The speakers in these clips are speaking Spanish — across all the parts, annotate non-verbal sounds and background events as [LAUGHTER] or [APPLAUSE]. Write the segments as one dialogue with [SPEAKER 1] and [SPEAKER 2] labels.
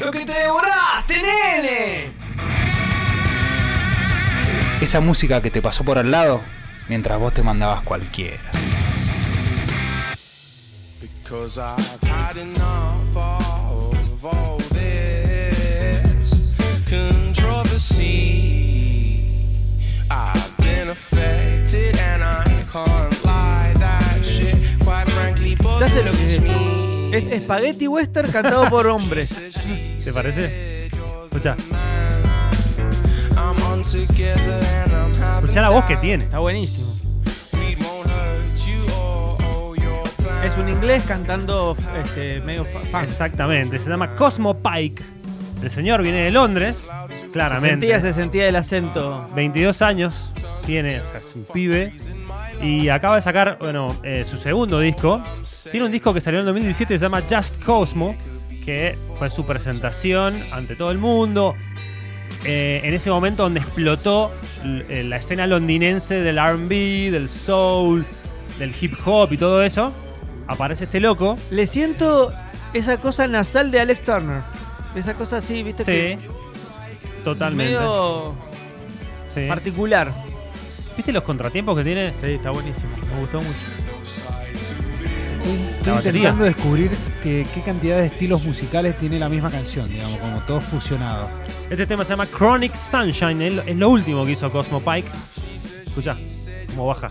[SPEAKER 1] ¡Lo que te devoraste, nene!
[SPEAKER 2] Esa música que te pasó por al lado mientras vos te mandabas cualquiera.
[SPEAKER 3] Because I've had enough of all this controversy. I've been affected and I can't lie. That shit, quite frankly,
[SPEAKER 4] Ya sé lo que es
[SPEAKER 3] bothers
[SPEAKER 4] esto.
[SPEAKER 3] me.
[SPEAKER 4] Es Spaghetti Western cantado por hombres.
[SPEAKER 5] [LAUGHS] ¿Te parece? Escucha,
[SPEAKER 3] I'm on together and I'm having
[SPEAKER 5] escucha la voz que tiene.
[SPEAKER 4] Está buenísimo.
[SPEAKER 3] We won't hurt you or all your plans.
[SPEAKER 4] Es un inglés cantando este, medio fa- funk.
[SPEAKER 5] Exactamente, se llama Cosmo Pike. El señor viene de Londres, claramente.
[SPEAKER 4] Sentía, se sentía el acento.
[SPEAKER 5] 22 años tiene, o sea, es un pibe. Y acaba de sacar, bueno, eh, su segundo disco. Tiene un disco que salió en 2017 que se llama Just Cosmo, que fue su presentación ante todo el mundo. Eh, en ese momento donde explotó l- eh, la escena londinense del RB, del soul, del hip hop y todo eso, aparece este loco.
[SPEAKER 4] Le siento esa cosa nasal de Alex Turner. Esa cosa así, viste
[SPEAKER 5] Sí,
[SPEAKER 4] que
[SPEAKER 5] totalmente.
[SPEAKER 4] medio
[SPEAKER 5] Sí.
[SPEAKER 4] particular.
[SPEAKER 5] ¿Viste los contratiempos que tiene?
[SPEAKER 4] Sí, está buenísimo. Me gustó mucho.
[SPEAKER 5] La
[SPEAKER 6] Estoy
[SPEAKER 5] batería.
[SPEAKER 6] intentando descubrir que- qué cantidad de estilos musicales tiene la misma canción, digamos, como todo fusionado.
[SPEAKER 5] Este tema se llama Chronic Sunshine, es lo- es lo último que hizo Cosmo Pike. Escucha, cómo baja.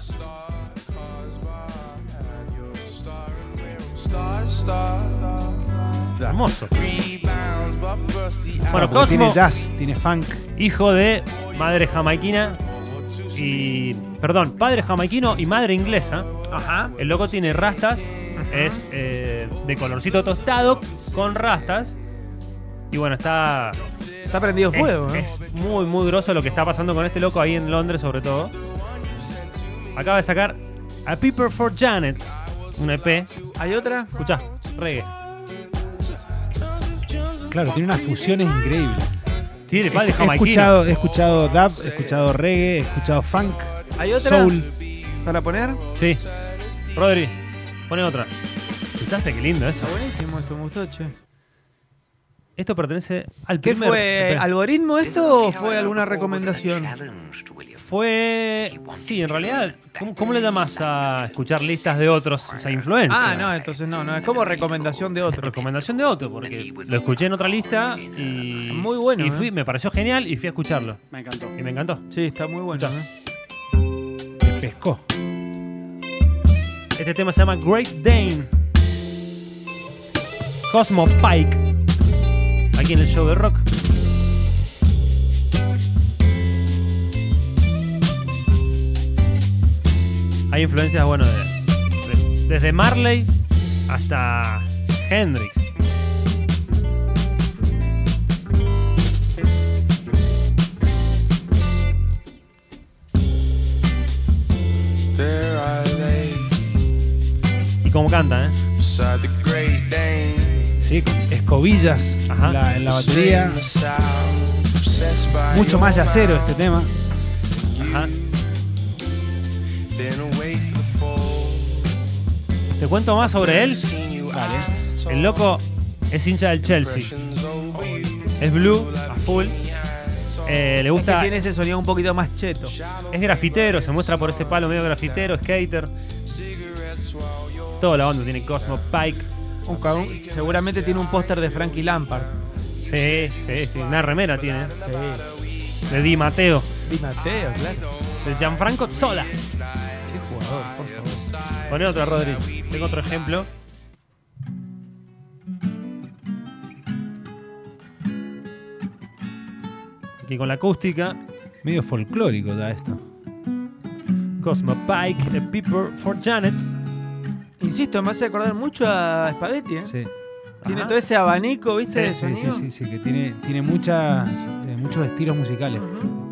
[SPEAKER 5] Hermoso. Bueno,
[SPEAKER 6] Porque
[SPEAKER 5] Cosmo,
[SPEAKER 6] tiene jazz, tiene funk.
[SPEAKER 5] hijo de madre jamaiquina y. Perdón, padre jamaiquino y madre inglesa.
[SPEAKER 4] Ajá.
[SPEAKER 5] El loco tiene rastas, es eh, de colorcito tostado con rastas. Y bueno, está
[SPEAKER 4] Está prendido
[SPEAKER 5] es,
[SPEAKER 4] fuego, ¿eh?
[SPEAKER 5] es muy, muy groso lo que está pasando con este loco ahí en Londres, sobre todo. Acaba de sacar A Paper for Janet, un E EP.
[SPEAKER 4] Hay otra.
[SPEAKER 5] Escuchá, reggae.
[SPEAKER 6] Claro, tiene unas fusiones increíbles.
[SPEAKER 5] Tiene padre
[SPEAKER 6] he
[SPEAKER 5] jamaiquino.
[SPEAKER 6] escuchado, he escuchado dub, he escuchado reggae, he escuchado funk,
[SPEAKER 4] Hay otra.
[SPEAKER 6] soul.
[SPEAKER 4] Para poner.
[SPEAKER 5] Sí. Rodri, pone otra. ¿Escuchaste qué lindo eso?
[SPEAKER 4] Está buenísimo esto, me gustó, che.
[SPEAKER 5] Esto pertenece al
[SPEAKER 4] ¿Qué
[SPEAKER 5] primer
[SPEAKER 4] fue?
[SPEAKER 5] EP.
[SPEAKER 4] ¿Algoritmo esto o fue alguna recomendación?
[SPEAKER 5] Fue. Sí, en realidad, ¿cómo, cómo le llamas a escuchar listas de otros? O sea, influencia.
[SPEAKER 4] [LAUGHS] Ah, no, entonces no, no. Es como recomendación de otro.
[SPEAKER 5] Recomendación de otro, porque lo escuché en otra lista y.
[SPEAKER 4] Muy bueno,
[SPEAKER 5] Y fui-
[SPEAKER 4] ¿eh?
[SPEAKER 5] me pareció genial y fui a escucharlo.
[SPEAKER 7] Me encantó.
[SPEAKER 5] Y me encantó.
[SPEAKER 4] Sí, está muy bueno. ¿eh?
[SPEAKER 6] Te pescó.
[SPEAKER 5] Este tema se llama Great Dane. Cosmo Pike. Aquí en el show de rock. Hay influencias, bueno, de- de- desde Marley hasta Hendrix.
[SPEAKER 3] There I lay
[SPEAKER 5] Y como canta, ¿eh?
[SPEAKER 3] beside the great Dane.
[SPEAKER 6] Sí, con escobillas
[SPEAKER 5] Ajá.
[SPEAKER 6] en la, en la
[SPEAKER 3] String
[SPEAKER 6] batería.
[SPEAKER 3] the sound, obsessed by
[SPEAKER 6] Mucho
[SPEAKER 3] your
[SPEAKER 6] más yacero este
[SPEAKER 3] mind.
[SPEAKER 6] tema.
[SPEAKER 5] Ajá.
[SPEAKER 3] Been away for the fall.
[SPEAKER 5] Te cuento más sobre él.
[SPEAKER 3] Seen you out,
[SPEAKER 5] El loco es hincha del Chelsea.
[SPEAKER 3] impressions over you.
[SPEAKER 5] Es blue, a full. Eh, le
[SPEAKER 4] Es que
[SPEAKER 5] gusta.
[SPEAKER 4] tiene ese sonido un poquito más cheto.
[SPEAKER 5] Es grafitero, se muestra por ese palo medio grafitero, skater. Toda la onda tiene Cosmo Pike.
[SPEAKER 4] Un cabrón- seguramente tiene un póster de Frankie Lampard.
[SPEAKER 5] Sí, sí, sí. Una remera tiene. De Di Mateo.
[SPEAKER 4] Di Mateo, claro.
[SPEAKER 5] De Gianfranco Zola.
[SPEAKER 4] Qué jugador, por favor.
[SPEAKER 5] Poné otro, Rodri. Tengo otro ejemplo. Aquí con la acústica.
[SPEAKER 6] Medio folclórico ya esto.
[SPEAKER 5] Cosmo Pike, The People for Janet.
[SPEAKER 4] Insisto, me hace acordar mucho a Spaghetti, ¿eh?
[SPEAKER 6] Sí.
[SPEAKER 4] Tiene
[SPEAKER 5] Ajá.
[SPEAKER 4] todo ese abanico,
[SPEAKER 6] Sí,
[SPEAKER 4] ¿viste?
[SPEAKER 6] sí, sí, sí, sí, que tiene, tiene muchas, eh, muchos estilos musicales
[SPEAKER 4] Ujú.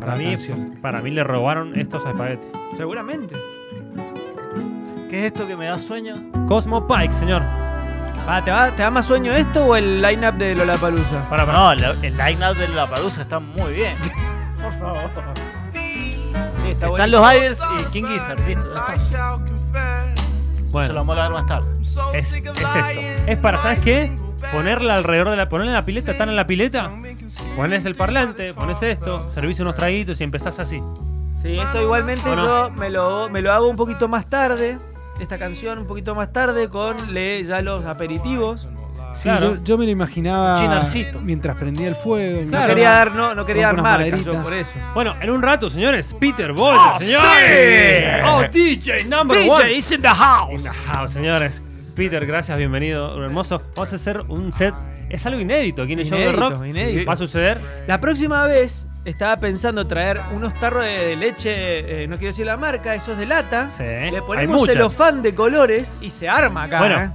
[SPEAKER 6] para
[SPEAKER 5] Para
[SPEAKER 6] la
[SPEAKER 5] mí,
[SPEAKER 6] canción.
[SPEAKER 5] para mí le robaron estos a Spaghetti.
[SPEAKER 4] Seguramente.
[SPEAKER 8] ¿Qué es esto que me da sueño?
[SPEAKER 5] Cosmo Pike, señor.
[SPEAKER 4] Ah, ¿te, va, ¿Te da más sueño esto o el line-up de Lollapalooza?
[SPEAKER 5] Para, para.
[SPEAKER 8] No, la- el line-up de la palusa está muy bien.
[SPEAKER 5] Por favor.
[SPEAKER 4] Sí, está
[SPEAKER 8] Están
[SPEAKER 4] bueno.
[SPEAKER 8] los Aires y King Gizzard, listo. ya
[SPEAKER 3] I
[SPEAKER 8] está.
[SPEAKER 3] shall confess.
[SPEAKER 8] Se lo
[SPEAKER 5] Bueno,
[SPEAKER 8] vamos a ver más tarde.
[SPEAKER 3] So
[SPEAKER 5] es, es
[SPEAKER 3] sick of
[SPEAKER 5] esto.
[SPEAKER 3] lying.
[SPEAKER 5] Es para, ¿sabes qué? ponerla alrededor de la. ponerla en la pileta, están en la pileta. Pones el parlante, pones esto, servís unos traguitos y empezás así.
[SPEAKER 4] Sí, esto igualmente
[SPEAKER 5] ¿O no?
[SPEAKER 4] yo me lo, me lo hago un poquito más tarde. Esta canción un poquito más tarde con le- ya los aperitivos.
[SPEAKER 6] Sí,
[SPEAKER 5] Claro.
[SPEAKER 6] yo, yo me lo imaginaba
[SPEAKER 5] Chinarcito.
[SPEAKER 6] mientras prendía el fuego.
[SPEAKER 4] No
[SPEAKER 5] Claro.
[SPEAKER 4] quería dar, no, no quería dar
[SPEAKER 6] Con unas
[SPEAKER 4] marcas yo
[SPEAKER 6] maderitas.
[SPEAKER 4] por eso.
[SPEAKER 5] Bueno, en un rato, señores, Peter Boyle,
[SPEAKER 4] ¡Ah,
[SPEAKER 5] señores. Oh, DJ number one.
[SPEAKER 4] DJ is in the house.
[SPEAKER 5] In the house, señores. Peter, gracias, bienvenido, un hermoso. Vamos a hacer un set. Es algo inédito aquí en el show de
[SPEAKER 4] Inédito,
[SPEAKER 5] rock.
[SPEAKER 4] inédito.
[SPEAKER 5] Va a suceder.
[SPEAKER 4] La próxima vez estaba pensando traer unos tarros de de leche, eh, no quiero decir la marca, esos de lata.
[SPEAKER 5] Sí, Eh, hay
[SPEAKER 4] Le ponemos
[SPEAKER 5] muchas.
[SPEAKER 4] celofán de colores y se arma acá.
[SPEAKER 5] Bueno,
[SPEAKER 4] ¿eh?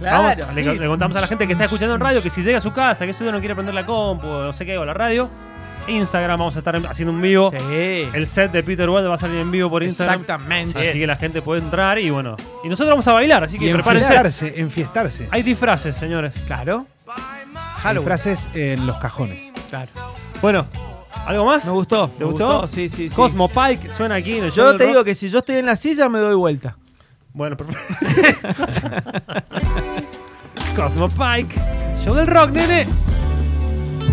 [SPEAKER 5] Vamos,
[SPEAKER 4] claro.
[SPEAKER 5] le,
[SPEAKER 4] sí.
[SPEAKER 5] le contamos a la gente que está escuchando en radio que si llega a su casa, que eso no quiere prender la compu, no sé qué, o la radio, Instagram, vamos a estar haciendo un vivo.
[SPEAKER 4] Sí.
[SPEAKER 5] El set de Peter Wald va a salir en vivo por Instagram.
[SPEAKER 4] Exactamente.
[SPEAKER 5] Así que la gente puede entrar y bueno. Y nosotros vamos a bailar, así
[SPEAKER 6] Y
[SPEAKER 5] que prepárense.
[SPEAKER 6] enfiestarse, enfiestarse.
[SPEAKER 5] Hay disfraces, señores.
[SPEAKER 4] Claro.
[SPEAKER 6] Hay
[SPEAKER 4] Halloween.
[SPEAKER 6] frases en los cajones.
[SPEAKER 4] Claro.
[SPEAKER 5] Bueno, ¿algo más?
[SPEAKER 4] Me gustó.
[SPEAKER 5] ¿Te
[SPEAKER 4] me
[SPEAKER 5] gustó?
[SPEAKER 4] Sí, sí, sí.
[SPEAKER 5] Cosmo Pike suena aquí en el show
[SPEAKER 4] Yo
[SPEAKER 5] del
[SPEAKER 4] te
[SPEAKER 5] rock.
[SPEAKER 4] digo que si yo estoy en la silla me doy vuelta.
[SPEAKER 5] Bueno, [LAUGHS] perfecto. Cosmo Pike. Show del rock, nene.